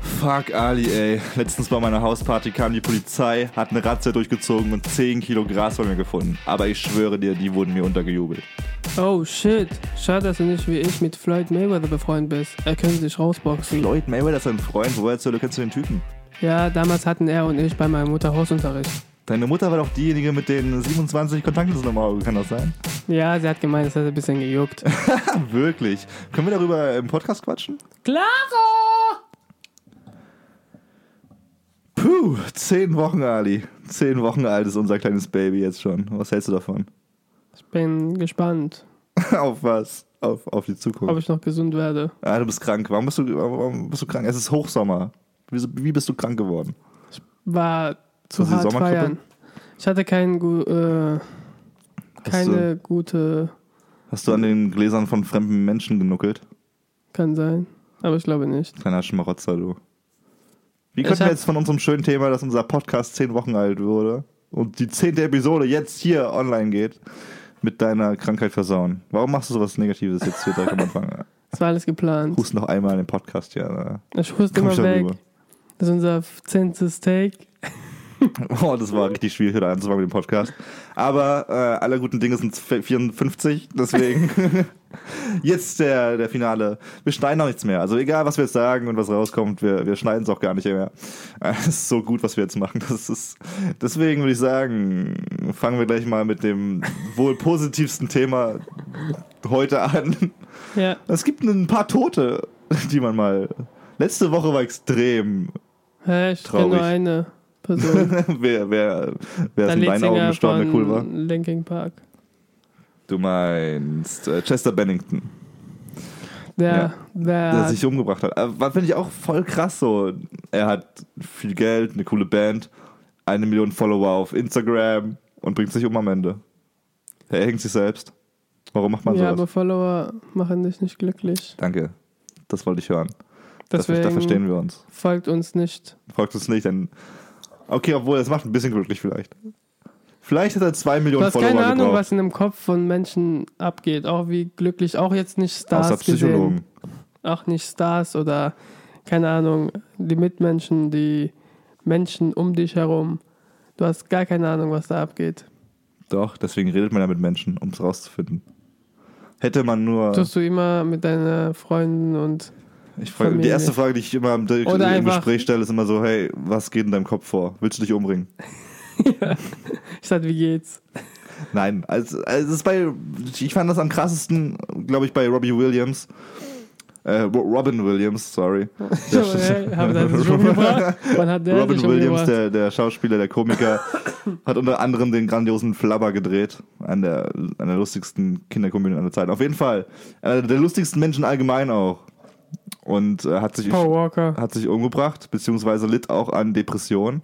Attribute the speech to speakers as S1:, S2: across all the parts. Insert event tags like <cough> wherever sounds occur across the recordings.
S1: Fuck Ali, ey. Letztens bei meiner Hausparty kam die Polizei, hat eine Razzia durchgezogen und 10 Kilo Gras bei mir gefunden. Aber ich schwöre dir, die wurden mir untergejubelt.
S2: Oh shit, schade, dass du nicht wie ich mit Floyd Mayweather befreundet bist. Er könnte dich rausboxen.
S1: Lloyd Mayweather ist ein Freund. Woher zur Hölle kennst du den Typen?
S2: Ja, damals hatten er und ich bei meiner Mutter Hausunterricht.
S1: Deine Mutter war doch diejenige mit den 27 Kontaktlinsen im Auge, kann das sein?
S2: Ja, sie hat gemeint, es hat ein bisschen gejuckt.
S1: Wirklich. Können wir darüber im Podcast quatschen?
S2: <laughs> Klaro!
S1: Puh, zehn Wochen, Ali. Zehn Wochen alt ist unser kleines Baby jetzt schon. Was hältst du davon? <laughs>
S2: Ich bin gespannt,
S1: auf was? Auf, auf die Zukunft.
S2: ob ich noch gesund werde.
S1: Ah, du bist krank. Warum bist du, warum bist du krank? Es ist Hochsommer. Wieso, wie bist du krank geworden?
S2: War
S1: Hast
S2: zu
S1: du die
S2: hart
S1: Sommergrippe?
S2: feiern. Ich hatte keinen gu äh, keine gute,
S1: Hast du an den Gläsern von fremden Menschen genuckelt?
S2: kann sein, aber ich glaube nicht.
S1: Kleiner Schmarotzer, du. Wie
S2: Ich
S1: könnten wir
S2: hab-
S1: jetzt von unserem schönen Thema, dass unser Podcast zehn Wochen alt wurde und die zehnte Episode jetzt hier online geht, mit deiner Krankheit versauen? Warum machst du sowas Negatives jetzt hier direkt am
S2: <laughs>
S1: Anfang?
S2: Es war alles geplant.
S1: Husten noch einmal den Podcast hier. ne?
S2: Ich huste
S1: Komm
S2: immer
S1: schon
S2: weg.
S1: rüber.
S2: Das ist unser zehntes Take.
S1: <laughs> Oh, das war richtig schwierig, da anzufangen mit dem Podcast. Aber äh, alle guten Dinge sind 54, deswegen <laughs> jetzt der, der Finale. Wir schneiden noch nichts mehr. Also egal, was wir jetzt sagen und was rauskommt, wir, wir schneiden es auch gar nicht mehr. <laughs> Äh, Es ist so gut, was wir jetzt machen. Das ist, deswegen würde ich sagen, fangen wir gleich mal mit dem wohl positivsten Thema heute an.
S2: Ja,
S1: Es gibt ein paar Tote, die man mal... Letzte Woche war extrem. <laughs>
S2: Hä, ich
S1: Traurig.
S2: kenne nur eine Person.
S1: wer, wer, wer ist in
S2: Der
S1: deinen Augen
S2: Leadsänger
S1: gestorben, der
S2: von
S1: cool war?
S2: Linkin Park.
S1: Du meinst äh, Chester Bennington,
S2: Der,
S1: Ja.
S2: der,
S1: der sich umgebracht hat. Äh, Was finde ich auch voll krass so. Er hat viel Geld, eine coole Band, eine Million Follower auf Instagram und bringt sich um am Ende. Er hängt sich selbst. Warum macht man
S2: ja, aber
S1: sowas?
S2: Follower machen dich nicht glücklich.
S1: Danke. Das wollte ich hören. Das,
S2: Deswegen
S1: da verstehen wir uns.
S2: folgt uns nicht.
S1: Folgt uns nicht, denn. Okay, obwohl, das macht ein bisschen glücklich vielleicht. Vielleicht hat er zwei
S2: Du
S1: Millionen
S2: hast
S1: Follower
S2: keine Ahnung,
S1: gebraucht.
S2: was in dem Kopf von Menschen abgeht. Auch wie glücklich, auch jetzt nicht Stars
S1: außer Psychologen.
S2: gesehen. Auch nicht Stars oder, keine Ahnung, die Mitmenschen, die Menschen um dich herum. Du hast gar keine Ahnung, was da abgeht.
S1: Doch, deswegen redet man ja mit Menschen, um es rauszufinden. Hätte man nur.
S2: Tust du immer mit deinen Freunden und
S1: Ich frage, die
S2: Familie.
S1: erste Frage, die ich immer im, direkt
S2: Oder
S1: im
S2: einfach-
S1: Gespräch stelle, ist immer so: Hey, was geht in deinem Kopf vor? Willst du dich umbringen?
S2: ich sag, wie geht's?
S1: Nein, also, also es ist bei, ich fand das am krassesten, glaube ich, bei Robbie Williams. Äh, Ro- Robin Williams, sorry.
S2: <laughs>
S1: Der-
S2: Hey, ne? hab das
S1: <laughs>
S2: nicht umgebracht? Wann hat der
S1: Robin
S2: dich
S1: Williams,
S2: umgebracht?
S1: der, der Schauspieler, der
S2: <laughs>
S1: Komiker, hat unter anderem den grandiosen Flabber gedreht. Einer der, einer der lustigsten Kinderkomödien aller Zeiten. Auf jeden Fall. Einer der lustigsten Menschen allgemein auch. Und äh, hat sich
S2: Paul Walker.
S1: hat sich umgebracht, beziehungsweise litt auch an Depressionen.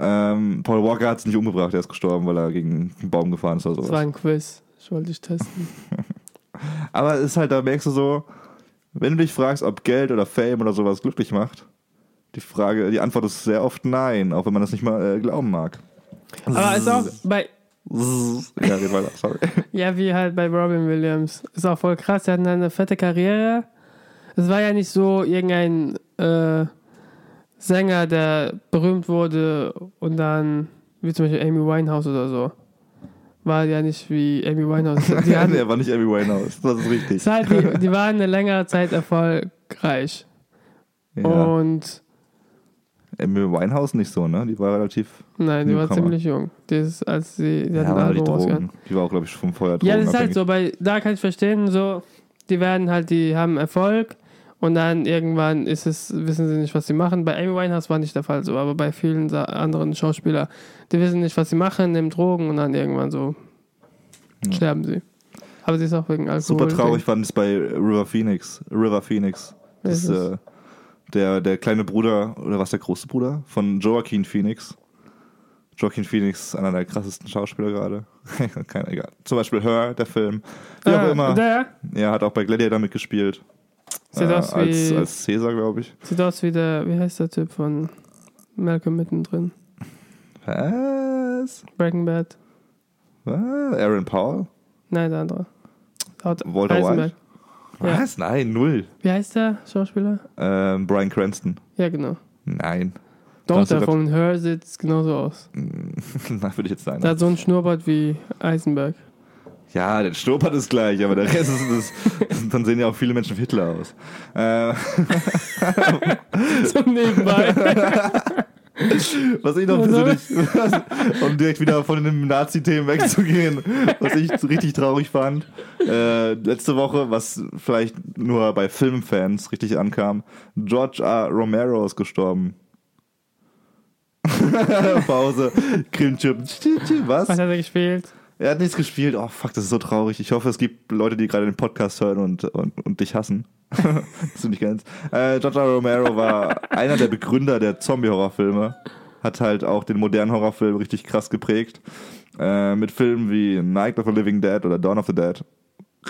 S1: Ähm, Paul Walker hat sich nicht umgebracht, er ist gestorben, weil er gegen einen Baum gefahren ist oder
S2: Das
S1: sowas.
S2: war ein Quiz. Ich wollte dich testen.
S1: Aber es ist halt, da merkst du so, wenn du dich fragst, ob Geld oder Fame oder sowas glücklich macht, die Frage, die Antwort ist sehr oft nein, auch wenn man das nicht mal äh, glauben mag. Also
S2: Aber ist auch bei,
S1: Zzz. ja, geht weiter, sorry.
S2: ja, wie halt bei Robin Williams. Ist auch voll krass. Er hat eine fette Karriere. Es war ja nicht so irgendein äh, Sänger, der berühmt wurde und dann, wie zum Beispiel Amy Winehouse oder so. War ja nicht wie
S1: <laughs>
S2: Amy Winehouse. <laughs> Die, hatten,
S1: er war nicht Amy Winehouse, das ist richtig.
S2: ist halt, die, die waren eine längere Zeit erfolgreich.
S1: Ja.
S2: Und
S1: Amy Winehouse nicht so, ne? Die war relativ.
S2: nein, die war
S1: Newcomer.
S2: ziemlich jung. Die ist, als sie, die hat ein
S1: aber die
S2: Album rausgehauen.
S1: Drogen. Die war auch, glaube ich, vom Feuer
S2: Ja, das ist halt so, bei da kann ich verstehen, so, die werden halt, die haben Erfolg und dann irgendwann ist es, wissen sie nicht, was sie machen. Bei Amy Winehouse war nicht der Fall so, aber bei vielen sa- anderen Schauspielern, die wissen nicht, was sie machen, nehmen Drogen und dann irgendwann so
S1: Ja.
S2: sterben sie. Aber sie ist auch wegen Alkohol.
S1: Super traurig fand ich es bei River Phoenix. River Phoenix. Das ist
S2: Wer ist es?
S1: äh, der, der kleine Bruder, oder was der große Bruder? Von Joaquin Phoenix. Joaquin Phoenix, einer der krassesten Schauspieler gerade. <laughs> Keine egal. Zum Beispiel Her, der Film. Wie
S2: Ah,
S1: auch immer.
S2: Der
S1: Er hat auch bei Gladiator mitgespielt.
S2: sieht, aus wie,
S1: Äh, als, als Caesar, glaube ich.
S2: sieht aus wie der, wie heißt der Typ von Malcolm mittendrin?
S1: Was?
S2: Breaking Bad.
S1: Was? Aaron Paul?
S2: Nein, der andere. Hat
S1: Walter White?
S2: Heisenberg. Ja.
S1: Was? Nein, null.
S2: Wie heißt der Schauspieler?
S1: Ähm, Brian Cranston.
S2: Ja, genau.
S1: Nein. <laughs> Hast du
S2: Daughter
S1: grad-
S2: von Her sieht genauso aus.
S1: Nein, würde ich jetzt sagen.
S2: Der hat so einen Schnurrbart wie Eisenberg. <laughs>
S1: Ja, der Schnurrbart ist gleich, aber der Rest ist, ist dann sehen ja auch viele Menschen wie Hitler aus. Äh,
S2: so nebenbei.
S1: was ich noch
S2: Also-
S1: persönlich, <laughs> um direkt wieder von den Nazi-Themen wegzugehen, was ich richtig traurig fand, äh, letzte Woche, was vielleicht nur bei Filmfans richtig ankam, George R. Romero ist gestorben. <laughs> Pause, Krimchip, <laughs> was?
S2: Was hat er gespielt?
S1: Er hat nichts gespielt. Oh fuck, das ist so traurig. Ich hoffe, es gibt Leute, die gerade den Podcast hören und, und, und dich hassen. <laughs> das finde ich ganz. Äh, George R. Romero
S2: <laughs>
S1: war einer der Begründer der Zombie-Horrorfilme. Hat halt auch den modernen Horrorfilm richtig krass geprägt. Äh, mit Filmen wie Night of the Living Dead oder Dawn of the Dead.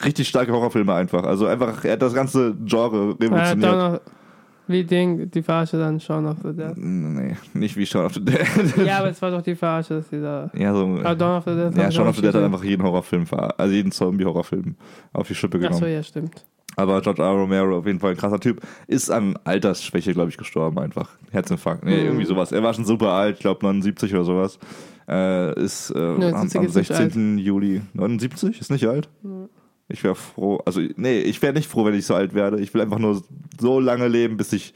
S1: Richtig starke Horrorfilme einfach. Also einfach, er hat das ganze Genre
S2: Er hat doch
S1: revolutioniert.
S2: Äh, noch, wie Ding, die Verarsche dann Shaun of
S1: <laughs>
S2: the Dead.
S1: nee, nicht wie Shaun of the Dead.
S2: ja, aber es war doch die Verarsche, dass die da.
S1: <laughs> ja, so.
S2: Ah, Dawn of the Dead.
S1: ja,
S2: hab ich
S1: Shaun
S2: auch
S1: of the Dead hat
S2: gesehen.
S1: einfach jeden Horrorfilm, ver- also jeden Zombie-Horrorfilm auf die Schippe genommen.
S2: Ach so, ja, stimmt.
S1: Aber George R. Romero, auf jeden Fall ein krasser Typ, ist an Altersschwäche, glaube ich, gestorben einfach. Herzinfarkt, nee,
S2: Mhm.
S1: irgendwie sowas. Er war schon super alt, ich glaube 79 oder sowas. Äh, ist äh, am, am
S2: 79 ist nicht
S1: 16. Juli. 79 ist nicht alt? Ich wäre froh, also nee, ich wäre nicht froh, wenn ich so alt werde. Ich will einfach nur so lange leben, bis ich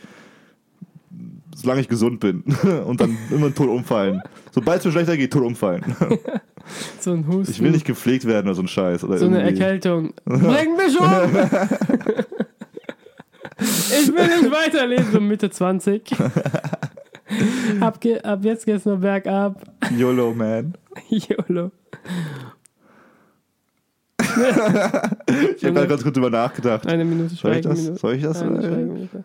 S1: solange ich gesund bin <laughs> und dann immer tot umfallen. Sobald es mir schlechter geht, tot umfallen.
S2: So ein Husten.
S1: Ich will nicht gepflegt werden oder so ein Scheiß. Oder
S2: Hm. So eine
S1: irgendwie. <laughs>
S2: Erkältung. Bring mich um! ich will nicht weiterleben, so Mitte 20.
S1: <laughs>
S2: ab, ge- ab jetzt geht's nur bergab. <laughs>
S1: YOLO, man.
S2: YOLO.
S1: Ich habe da ganz kurz drüber nachgedacht.
S2: Eine Minute
S1: Soll ich
S2: Schweigen.
S1: das? Soll ich das?
S2: Eine
S1: äh,
S2: Schweigeminute.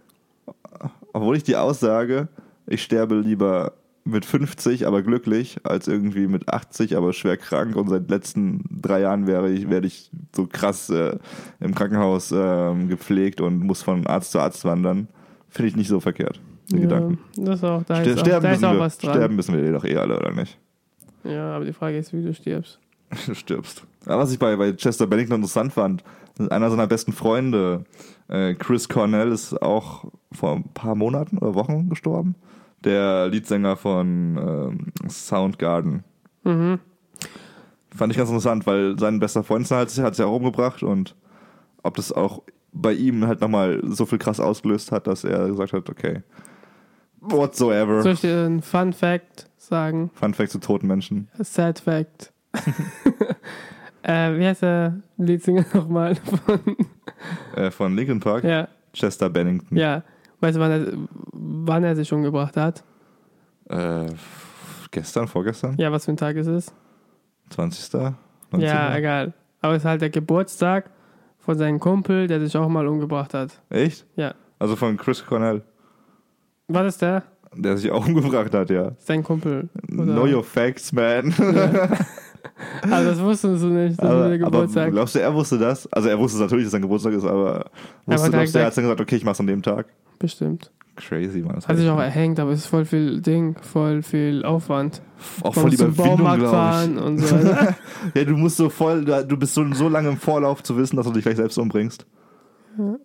S1: obwohl ich die Aussage, ich sterbe lieber mit 50, aber glücklich, als irgendwie mit 80, aber schwer krank und seit letzten drei Jahren wäre ich, werde ich so krass äh, im Krankenhaus ähm, gepflegt und muss von Arzt zu Arzt wandern, finde ich nicht so verkehrt. Den Gedanken.
S2: Das ist auch, da
S1: Ste-
S2: ist auch,
S1: sterben,
S2: Also, da ist
S1: müssen
S2: auch
S1: wir,
S2: was dran.
S1: sterben müssen wir doch eh alle, oder nicht?
S2: Ja, aber die Frage ist, wie du stirbst.
S1: Du stirbst. Aber was ich bei, bei Chester Bennington interessant fand, einer seiner besten Freunde, äh, Chris Cornell, ist auch vor ein paar Monaten oder Wochen gestorben. Der Leadsänger von ähm, Soundgarden.
S2: Mhm.
S1: Fand ich ganz interessant, weil sein bester Freund hat sich, hat sich auch umgebracht und ob das auch bei ihm halt nochmal so viel krass ausgelöst hat, dass er gesagt hat, okay, whatsoever.
S2: Soll ich dir einen Fun Fact sagen?
S1: Fun Fact zu toten Menschen. <laughs>
S2: Sad Fact. äh, wie heißt der Leadsinger nochmal?
S1: Äh, von Linkin Park,
S2: ja,
S1: Chester Bennington.
S2: ja. Weißt du, wann er, wann er sich umgebracht hat?
S1: Äh, f- gestern, vorgestern?
S2: Ja, was für ein Tag ist es?
S1: 20.
S2: Ja,
S1: 19.
S2: egal. Aber es ist halt der Geburtstag von seinem Kumpel, der sich auch mal umgebracht hat.
S1: Echt?
S2: Ja.
S1: Also von Chris Cornell,
S2: Was ist der?
S1: der sich auch <laughs> umgebracht hat, ja. <laughs>
S2: Sein Kumpel. oder?
S1: Know your facts,
S2: <laughs>
S1: man.
S2: Also das wussten sie nicht, das ist
S1: aber,
S2: der
S1: aber
S2: Geburtstag.
S1: glaubst du, er wusste das? Also er wusste natürlich, dass sein Geburtstag ist, aber
S2: hat
S1: wusste,
S2: er
S1: glaubst du, er
S2: gesagt-
S1: hat dann gesagt, okay, ich mach's an dem Tag.
S2: Bestimmt.
S1: Crazy, man. Das
S2: Hat
S1: wär
S2: sich auch
S1: echt-
S2: erhängt, aber es ist voll viel Ding, voll viel Aufwand.
S1: auch voll
S2: Kommst
S1: lieber
S2: zum
S1: Windung,
S2: Baumarkt
S1: glaube
S2: fahren und
S1: <laughs>
S2: so Also, weiter.
S1: ich. Ja, du musst so voll, du bist so, so lange im Vorlauf zu wissen, dass du dich gleich selbst umbringst.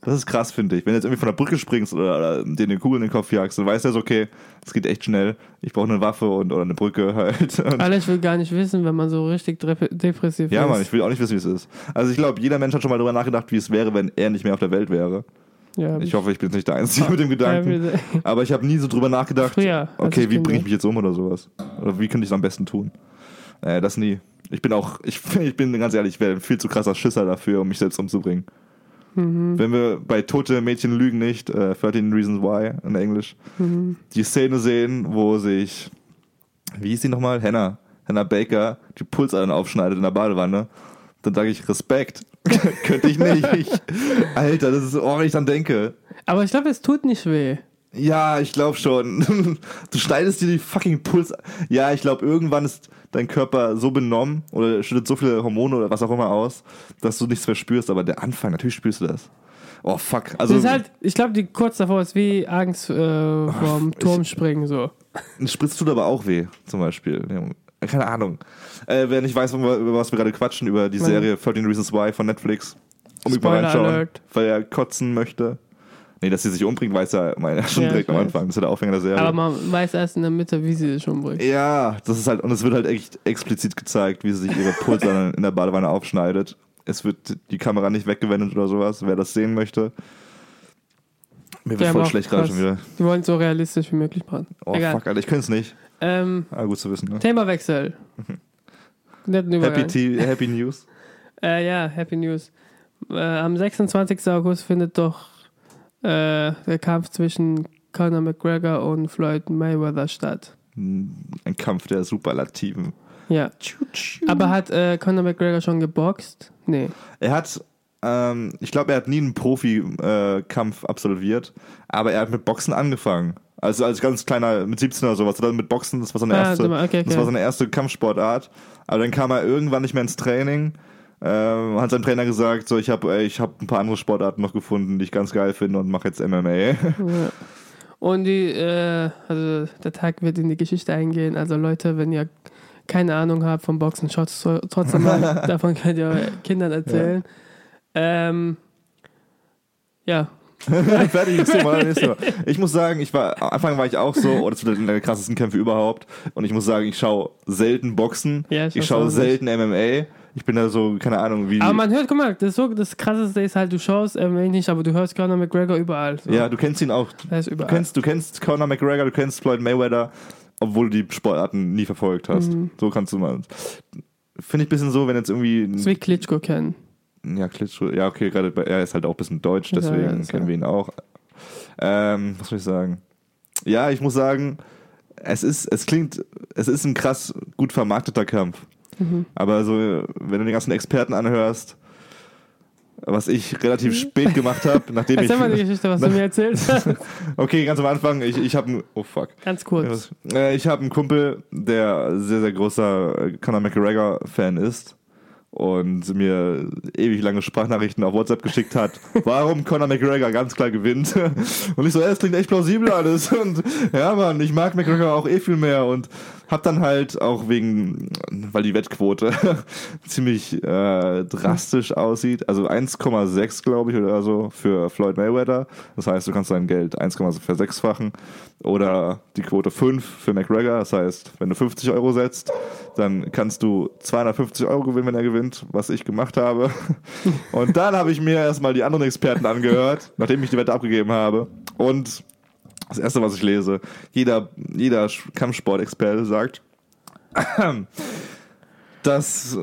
S1: Das ist krass, finde ich. Wenn du jetzt irgendwie von der Brücke springst oder, oder dir eine Kugel in den Kopf jagst, dann weißt du, okay, es geht echt schnell. Ich brauche eine Waffe und, oder eine Brücke halt. <laughs> Und
S2: Alter, ich will gar nicht wissen, wenn man so richtig dep depressiv
S1: Ja,
S2: ist.
S1: Mann, ich will auch nicht wissen, wie es ist. Also ich glaube, jeder Mensch hat schon mal darüber nachgedacht, wie es wäre, wenn er nicht mehr auf der Welt wäre.
S2: ja,
S1: Ich hoffe, ich bin jetzt nicht der Einzige mit dem Gedanken.
S2: Ja, wir-
S1: <laughs> Aber ich habe nie so drüber nachgedacht,
S2: Früher, als
S1: okay,
S2: ich
S1: wie
S2: Kind
S1: bringe ich
S2: war.
S1: mich jetzt um oder sowas? Oder wie könnte ich es am besten tun? Äh, das nie. Ich bin auch, ich, <laughs> ich bin ganz ehrlich, ich wäre ein viel zu krasser Schisser dafür, um mich selbst umzubringen.
S2: Mhm.
S1: Wenn wir bei Tote Mädchen lügen nicht, äh, 13 Reasons Why in Englisch,
S2: Mhm.
S1: die Szene sehen, wo sich, wie hieß die nochmal? Hannah. Hannah Baker, die Pulsadern aufschneidet in der Badewanne. Dann sage ich Respekt. <laughs> Könnte ich nicht.
S2: <laughs>
S1: Alter, das ist, oh, wenn ich dann denke.
S2: Aber ich glaube, es tut nicht weh.
S1: Ja, ich glaube schon. <laughs> Du schneidest dir die fucking Puls. Ja, ich glaube, irgendwann ist dein Körper so benommen oder schüttet so viele Hormone oder was auch immer aus, dass du nichts mehr spürst. Aber der Anfang, natürlich spürst du das. Oh fuck. Also
S2: Das ist halt, ich glaube, die kurz davor ist wie Angst äh, vom
S1: ich-
S2: Turm springen so.
S1: ein Spritz tut aber auch weh, zum Beispiel. Ja, Keine Ahnung. Äh, wer nicht weiß, über über was wir gerade quatschen, über die
S2: Nein.
S1: Serie 13 Reasons Why von Netflix. Unbedingt mal
S2: Spoiler
S1: reinschauen,
S2: Alert.
S1: weil er kotzen möchte. Nee, dass sie sich umbringt, weiß er meine, schon
S2: Ja,
S1: direkt am
S2: ich weiß.
S1: Anfang. Das ist ja der Aufhänger der Serie.
S2: Aber man weiß erst in der Mitte, wie sie sich umbringt.
S1: ja, das ist halt, und es wird halt echt explizit gezeigt, wie sie sich ihre Pulsadern in der Badewanne aufschneidet. Es wird die Kamera nicht weggewendet oder sowas, wer das sehen möchte. Mir wird
S2: Ja,
S1: voll
S2: aber
S1: schlecht
S2: krass.
S1: gerade schon wieder.
S2: Die wollen es so realistisch wie möglich machen.
S1: Oh
S2: Egal.
S1: fuck, Alter, ich könnte es nicht.
S2: Ähm,
S1: Ah, gut zu wissen. Ne?
S2: Themawechsel. Netten Übergang.
S1: Mhm. Happy, Tea, Happy News.
S2: Äh, ja, Happy News. Äh, am 26. August findet doch äh, der Kampf zwischen Conor McGregor und Floyd Mayweather statt.
S1: Ein Kampf der Superlativen.
S2: Ja. Aber hat äh, Conor McGregor schon geboxt? Nee.
S1: Er hat, ähm, ich glaube, er hat nie einen Profi-Kampf absolviert, aber er hat mit Boxen angefangen. Also als ganz kleiner, mit 17 oder sowas, dann mit Boxen, das war seine
S2: Ah,
S1: erste,
S2: okay, okay.
S1: das war seine erste Kampfsportart. Aber dann kam er irgendwann nicht mehr ins Training. Ähm, hat sein Trainer gesagt, so ich habe ich hab ein paar andere Sportarten noch gefunden, die ich ganz geil finde und mache jetzt MMA.
S2: <laughs> Ja. Und die, äh, also der Tag wird in die Geschichte eingehen. Also Leute, wenn ihr keine Ahnung habt vom Boxen, schaut es tro- trotzdem mal. Davon könnt ihr euren Kindern erzählen. Ja. Ähm, ja.
S1: Fertig, das Thema, das nächste Mal. Ich muss sagen, ich war, am Anfang war ich auch so, oh, das wird einer der krassesten Kämpfe überhaupt. Und ich muss sagen, ich schaue selten Boxen.
S2: Ja, ich
S1: ich
S2: weiß auch
S1: schaue
S2: nicht.
S1: selten MMA. Ich bin da so, keine Ahnung, wie.
S2: Aber man hört, guck mal, das, so, das Krasseste ist halt, du schaust MMA nicht, aber du hörst Conor McGregor überall. So.
S1: ja, du kennst ihn auch.
S2: Er ist
S1: Du
S2: überall.
S1: kennst, du kennst Conor McGregor, du kennst Floyd Mayweather, obwohl du die Sportarten nie verfolgt hast.
S2: Mhm.
S1: So kannst du mal. Finde ich ein bisschen so, wenn jetzt irgendwie.
S2: das ist wie Klitschko kennen.
S1: Ja, Klitschko. Ja, okay, gerade bei, er ist halt auch ein bisschen deutsch,
S2: Ja,
S1: deswegen
S2: ja, ist
S1: kennen
S2: ja.
S1: wir ihn auch. Ähm, was soll ich sagen? Ja, ich muss sagen, es ist, es klingt, es ist ein krass gut vermarkteter Kampf.
S2: Mhm.
S1: Aber so, wenn du den ganzen Experten anhörst, was ich relativ spät gemacht habe, nachdem ich.
S2: Mhm. <laughs> Erzähl mal die Geschichte, was du
S1: <laughs>
S2: mir erzählt hast.
S1: Okay, ganz am Anfang, ich, ich habe Oh fuck.
S2: Ganz kurz.
S1: Äh, Ich habe einen Kumpel, der sehr, sehr großer äh, Conor McGregor-Fan ist und mir ewig lange Sprachnachrichten auf WhatsApp geschickt hat, warum Conor McGregor ganz klar gewinnt. <laughs> Und ich so, es klingt echt plausibel alles. <laughs> Und ja, Mann, ich mag McGregor auch eh viel mehr und hab dann halt auch wegen, weil die Wettquote <laughs> ziemlich äh, drastisch aussieht, also 1,6 glaube ich oder so für Floyd Mayweather. Das heißt, du kannst dein Geld 1,6 versechsfachen oder die Quote 5 für McGregor. Das heißt, wenn du 50 Euro setzt, dann kannst du 250 Euro gewinnen, wenn er gewinnt, was ich gemacht habe. Und dann habe ich mir erstmal die anderen Experten angehört, nachdem ich die Wette abgegeben habe. Und das erste, was ich lese, jeder, jeder Sch- Kampfsportexperte sagt, <clears throat> dass, äh,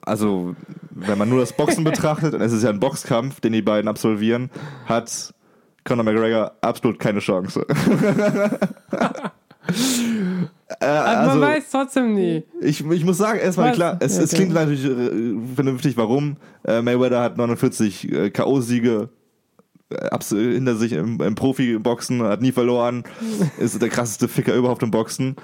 S1: also, wenn man nur das Boxen betrachtet, und es ist ja ein Boxkampf, den die beiden absolvieren, hat Conor McGregor absolut keine Chance. <laughs> Äh,
S2: Aber
S1: also-
S2: man weiß trotzdem nie.
S1: ich, ich muss sagen, erstmal
S2: Was?
S1: klar, es,
S2: Ja,
S1: es
S2: okay.
S1: klingt natürlich äh, vernünftig, warum. Äh, Mayweather hat 49 äh, K.O.-Siege äh, abs- äh, hinter sich im, im Profi-Boxen, hat nie verloren, ist der krasseste Ficker überhaupt im Boxen.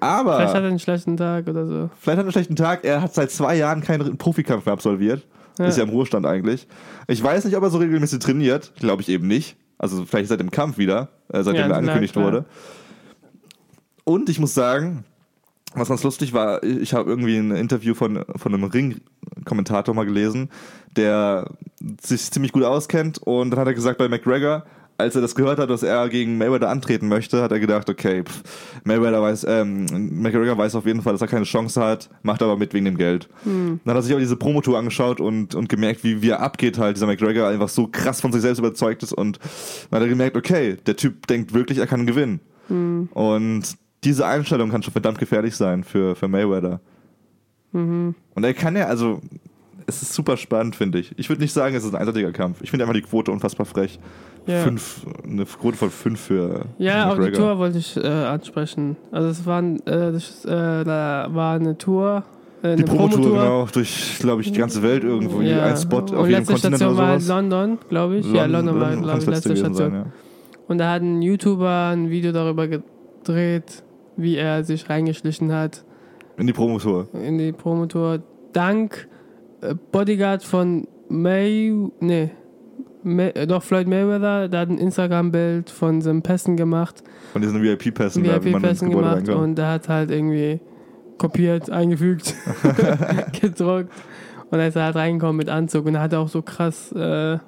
S1: Aber
S2: Hm. Vielleicht hat er einen schlechten Tag oder so.
S1: vielleicht hat er einen schlechten Tag. Er hat seit zwei Jahren keinen Profikampf mehr absolviert.
S2: Ja.
S1: Ist ja im Ruhestand eigentlich. Ich weiß nicht, ob er so regelmäßig trainiert. Glaube ich eben nicht. Also vielleicht seit dem Kampf wieder, äh, seitdem
S2: Ja,
S1: er
S2: na
S1: angekündigt
S2: klar.
S1: wurde. Und ich muss sagen, was ganz lustig war, ich ich habe irgendwie ein Interview von, von einem Ring-Kommentator mal gelesen, der sich ziemlich gut auskennt. Und dann hat er gesagt, bei McGregor, als er das gehört hat, dass er gegen Mayweather antreten möchte, hat er gedacht, okay, pff, Mayweather weiß, ähm, McGregor weiß auf jeden Fall, dass er keine Chance hat, macht aber mit wegen dem Geld. Dann hat er sich aber diese Promotour angeschaut und, und gemerkt, wie, wie er abgeht halt, dieser McGregor einfach so krass von sich selbst überzeugt ist und dann hat er gemerkt, okay, der Typ denkt wirklich, er kann gewinnen. Und diese Einstellung kann schon verdammt gefährlich sein für, für Mayweather.
S2: Mhm.
S1: Und er kann ja, also, es ist super spannend, finde ich. Ich würde nicht sagen, es ist ein einseitiger Kampf. Ich finde einfach die Quote unfassbar frech.
S2: Ja.
S1: Fünf, eine Quote von fünf für
S2: Ja, auch die
S1: McGregor.
S2: Tour wollte ich äh, ansprechen. Also es waren, äh, das, äh, da war eine Tour, äh, eine
S1: Die Promotour,
S2: Promotour.
S1: genau, durch, glaube ich, die ganze Welt irgendwo.
S2: Ja.
S1: Ein Spot
S2: Und
S1: auf jedem
S2: letzte
S1: Kontinent
S2: Station
S1: oder
S2: war
S1: sowas.
S2: London, glaube ich. ja, London war, glaube ich,
S1: kann's letzte
S2: letzte
S1: gewesen
S2: Station.
S1: Sein,
S2: Und da hat ein YouTuber ein Video darüber gedreht, wie er sich reingeschlichen hat
S1: ja. In die Promotour.
S2: in die Promotour. Dank äh, Bodyguard von May, nee, May, äh, doch Floyd Mayweather, der hat ein Instagram-Bild von seinen Pässen gemacht,
S1: Von diesen VIP-Pässen, da, wie man ins
S2: VIP-Pässen
S1: Gebäude
S2: gemacht
S1: reinkommt. <laughs>
S2: <laughs> und der hat halt irgendwie kopiert, eingefügt, gedruckt Und dann ist er halt reingekommen mit Anzug und er hat auch so krass, äh,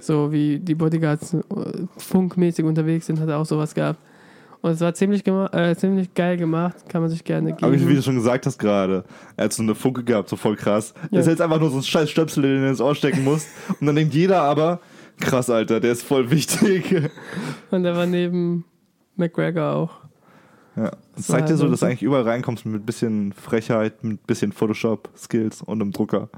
S2: so wie die Bodyguards äh, funkmäßig unterwegs sind, hat er auch sowas gehabt. Und es war ziemlich, gema- äh, ziemlich geil gemacht, kann man sich gerne geben.
S1: Aber wie du schon gesagt hast gerade, er hat so eine Funke gehabt, so voll krass.
S2: Ja.
S1: Das ist jetzt einfach nur so ein scheiß Stöpsel, den du ins Ohr stecken musst. Und dann denkt jeder aber, krass, Alter, der ist voll
S2: <laughs>
S1: wichtig.
S2: Und er war neben McGregor auch.
S1: Ja. Das
S2: war
S1: zeigt dir so,
S2: halt
S1: dass du
S2: so.
S1: eigentlich überall reinkommst mit ein bisschen Frechheit, mit ein bisschen Photoshop-Skills und einem Drucker.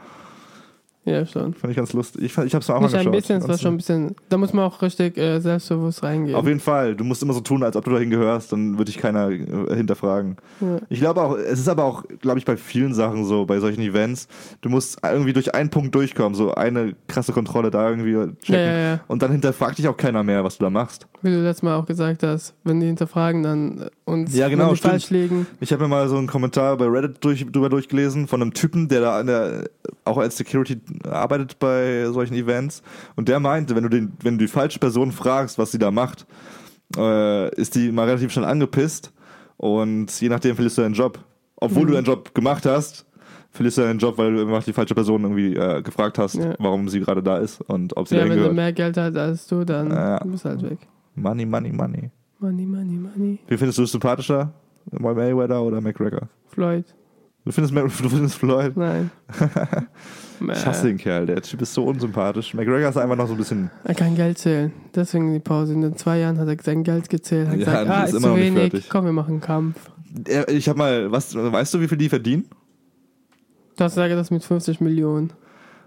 S2: Ja, schon.
S1: Fand ich ganz lustig. Ich, fand- ich hab's am Anfang
S2: Nicht ein
S1: geschaut.
S2: bisschen, es war
S1: Ganz-
S2: schon ein bisschen. Da muss man auch richtig äh, selbstbewusst reingehen.
S1: Auf jeden Fall. Du musst immer so tun, als ob du dahin gehörst, dann würde dich keiner äh, hinterfragen.
S2: Ja.
S1: Ich glaube auch, es ist aber auch, glaube ich, bei vielen Sachen so, bei solchen Events, du musst irgendwie durch einen Punkt durchkommen, so eine krasse Kontrolle da irgendwie checken.
S2: Ja, ja, ja.
S1: Und dann hinterfragt dich auch keiner mehr, was du da machst.
S2: Wie du letztes Mal auch gesagt hast, wenn die hinterfragen, dann äh, uns
S1: Ja, genau,
S2: wenn die
S1: stimmt.
S2: falsch liegen.
S1: Ich habe mir mal so einen Kommentar bei Reddit durch, drüber durchgelesen von einem Typen, der da an der, auch als Security arbeitet bei solchen Events. Und der meinte, wenn du, den, wenn du die falsche Person fragst, was sie da macht, äh, ist die mal relativ schnell angepisst. Und je nachdem verlierst du deinen Job. Obwohl
S2: Mhm.
S1: du deinen Job gemacht hast, verlierst du deinen Job, weil du einfach die falsche Person irgendwie äh, gefragt hast,
S2: Ja.
S1: warum sie gerade da ist und ob sie
S2: Ja,
S1: dahin
S2: wenn du
S1: gehört.
S2: mehr Geld hast als du, dann
S1: Ja.
S2: bist du halt weg.
S1: Money, money, money.
S2: Money, money, money.
S1: Wie findest du es sympathischer? Mayweather oder McGregor?
S2: Floyd,
S1: Du findest, Mac- <laughs> du findest Floyd
S2: nein.
S1: <laughs> Ich hasse den Kerl, der Typ ist so unsympathisch. McGregor ist einfach noch so ein bisschen.
S2: Er kann Geld zählen. Deswegen die Pause. In den zwei Jahren hat er sein Geld gezählt. Hat
S1: Ja,
S2: gesagt,
S1: das
S2: ah,
S1: ist
S2: ist,
S1: immer
S2: zu
S1: noch nicht
S2: wenig.
S1: fertig.
S2: Komm, wir machen einen Kampf.
S1: Äh, Ich hab mal, was, weißt du, wie viel die verdienen?
S2: Du hast gesagt, das mit 50 Millionen.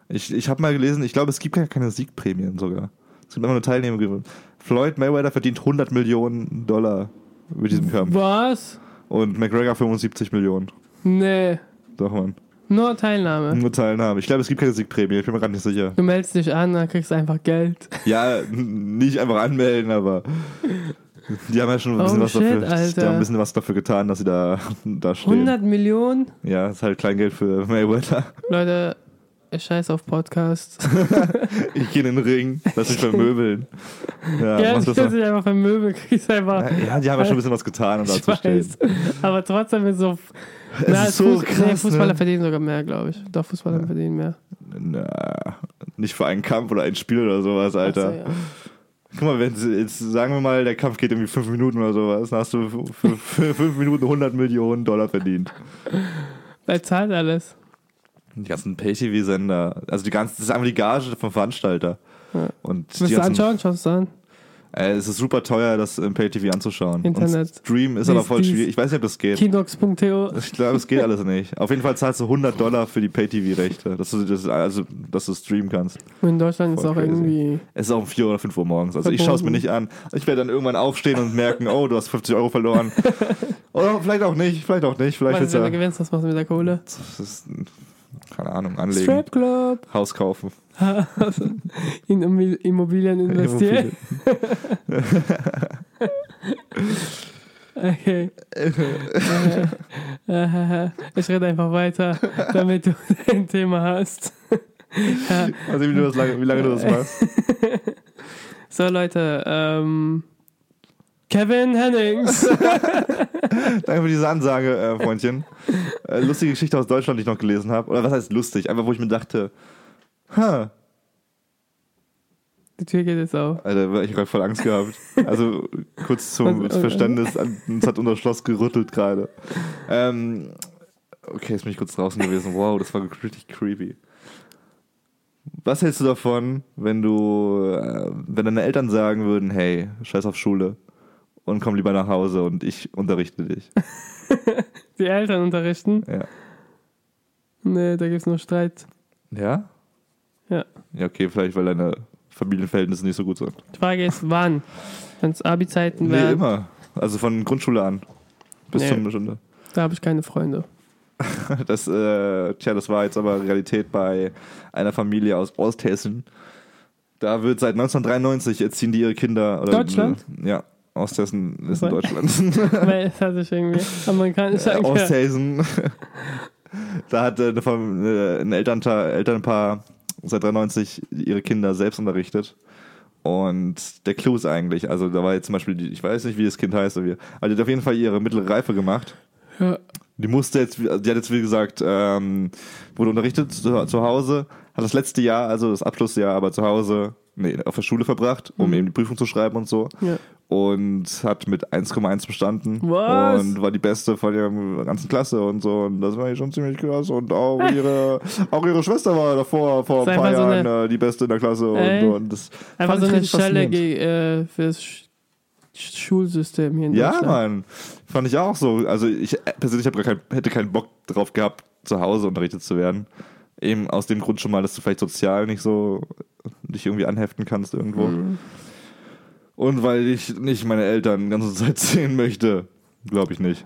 S1: Ich, ich habe mal gelesen, ich glaube, es gibt gar keine Siegprämien sogar. Es gibt einfach nur Teilnehmergewinn. Floyd Mayweather verdient 100 Millionen Dollar mit diesem Kampf.
S2: Was?
S1: Und McGregor 75 Millionen.
S2: Nee.
S1: Doch, man.
S2: Nur Teilnahme.
S1: Nur Teilnahme. Ich glaube, es gibt keine Siegprämie. Ich bin mir gerade nicht sicher.
S2: Du meldest dich an, dann kriegst du einfach Geld.
S1: Ja, n- nicht einfach anmelden, aber. Die haben ja schon ein bisschen,
S2: Oh,
S1: was,
S2: shit,
S1: dafür, Die
S2: Alter.
S1: haben ein bisschen was dafür getan, dass sie da, da stehen.
S2: 100 Millionen?
S1: Ja, ist halt Kleingeld für Mayweather.
S2: Leute, ich scheiß
S1: <laughs>
S2: auf Podcasts.
S1: Ich gehe in den Ring, lass mich vermöbeln. Ja,
S2: Ja,
S1: mach das
S2: ich kannst
S1: doch.
S2: dich einfach vermöbeln, kriegst einfach.
S1: ja die haben ja schon ein bisschen was getan, um da
S2: <laughs> Ich
S1: zu stehen.
S2: weiß. Aber trotzdem ist so.
S1: Es ist so krass,
S2: Fußballer
S1: ne?
S2: verdienen sogar mehr, glaube ich. Doch, Fußballer verdienen mehr.
S1: Na, nicht für einen Kampf oder ein Spiel oder sowas, Alter.
S2: Ach so, ja.
S1: Guck mal, wenn sie- jetzt sagen wir mal, der Kampf geht irgendwie fünf Minuten oder sowas, dann hast du für, für fünf Minuten 100 Millionen Dollar verdient.
S2: Wer zahlt alles?
S1: Die ganzen Pay-TV-Sender, also die ganze, das ist einfach die Gage vom Veranstalter.
S2: Ja.
S1: Und die
S2: Willst du
S1: ganzen,
S2: anschauen? Schaust du an?
S1: äh, es ist super teuer, das im Pay-TV anzuschauen.
S2: Internet.
S1: Und Stream ist
S2: Dies-
S1: aber voll
S2: dies-
S1: schwierig. Ich weiß nicht, ob das geht.
S2: Kinox.to.
S1: <laughs> Ich glaube, es geht alles nicht. Auf jeden Fall zahlst du 100 Dollar für die Pay-TV-Rechte, dass du, das, also, dass du streamen kannst.
S2: In Deutschland ist
S1: Voll
S2: auch
S1: crazy.
S2: irgendwie.
S1: Es ist auch um 4 oder 5 Uhr morgens. Also ich schaue es mir nicht an. Ich werde dann irgendwann aufstehen und merken, oh, du hast 50 Euro verloren. Oder vielleicht auch nicht, vielleicht auch nicht. Vielleicht
S2: Weißt
S1: willst
S2: du, wenn du
S1: du ja,
S2: gewinnst, was machst du mit der Kohle?
S1: das ist, keine Ahnung, anlegen,
S2: Strip Club. <laughs>
S1: Haus kaufen.
S2: In Immobil-
S1: <laughs>
S2: Immobilien investieren. Okay. <laughs> Äh, äh, ich rede einfach weiter, damit du <laughs> dein Thema hast. Ja.
S1: Also wie, du das lange, wie lange du das machst.
S2: So, Leute, ähm,
S1: <laughs>
S2: Kevin Hennings.
S1: Danke für diese Ansage, äh, Freundchen. Äh, lustige Geschichte aus Deutschland, die ich noch gelesen habe. Oder was heißt lustig? Einfach, wo ich mir dachte, ha,
S2: Die Tür geht jetzt auf.
S1: Alter, ich habe gerade voll Angst gehabt. Also kurz zum
S2: Was-
S1: Verständnis, an- uns hat unser Schloss gerüttelt gerade. Ähm, okay, jetzt bin ich kurz draußen gewesen. Wow, das war richtig creepy. Was hältst du davon, wenn du, äh, wenn deine Eltern sagen würden, hey, scheiß auf Schule und komm lieber nach Hause und ich unterrichte dich?
S2: Die Eltern unterrichten?
S1: Ja.
S2: Nee, da gibt's nur Streit.
S1: Ja?
S2: Ja.
S1: Ja, okay, vielleicht, weil deine Familienverhältnisse nicht so gut sind.
S2: Die Frage ist, wann? Wenn's Abi-Zeiten
S1: Nee,
S2: wären,
S1: immer. Also von Grundschule an bis
S2: Nee.
S1: zum Stunde.
S2: da habe ich keine Freunde. <laughs>
S1: Das, äh, tja, das war jetzt aber Realität bei einer Familie aus Osthessen. Da wird seit 1993 erziehen die ihre Kinder. Oder,
S2: Deutschland?
S1: Ja, Osthessen ist in
S2: Was?
S1: Deutschland. <laughs>
S2: <laughs> Weil es hat sich irgendwie amerikanisch
S1: Äh,
S2: angehört.
S1: Osthessen. da hat äh, eine Fam- äh, ein Elternteil, Elternpaar seit 93 ihre Kinder selbst unterrichtet. Und der Clou ist eigentlich, also da war jetzt zum Beispiel, die, ich weiß nicht, wie das Kind heißt, aber die hat auf jeden Fall ihre mittlere Reife gemacht.
S2: Ja.
S1: Die musste jetzt, also die hat jetzt wie gesagt, ähm, wurde unterrichtet zu, zu Hause, hat das letzte Jahr, also das Abschlussjahr, aber zu Hause, nee, auf der Schule verbracht, um eben die Prüfung zu schreiben und so.
S2: Mhm. Ja.
S1: Und hat mit 1,1 bestanden.
S2: Was?
S1: Und war die Beste von ihrer ganzen Klasse und so. Und das war ja schon ziemlich krass. Und auch ihre, auch ihre Schwester war davor, vor
S2: Das
S1: ein
S2: ist
S1: paar
S2: Ah. einfach so
S1: Jahren,
S2: eine-
S1: äh, die Beste in der Klasse.
S2: Ey.
S1: Und, und das
S2: Einfach
S1: fand
S2: so
S1: ich
S2: eine
S1: richtig
S2: Schelle
S1: faszinierend.
S2: ge- äh, fürs Sch- Sch- Schulsystem hier in
S1: Ja,
S2: Deutschland.
S1: Mann. Fand ich auch so. Also ich äh, persönlich hab gar kein, hätte keinen Bock drauf gehabt, zu Hause unterrichtet zu werden. Eben aus dem Grund schon mal, dass du vielleicht sozial nicht so dich irgendwie anheften kannst irgendwo. Und weil ich nicht meine Eltern die ganze Zeit <laughs> sehen möchte. Glaube ich nicht.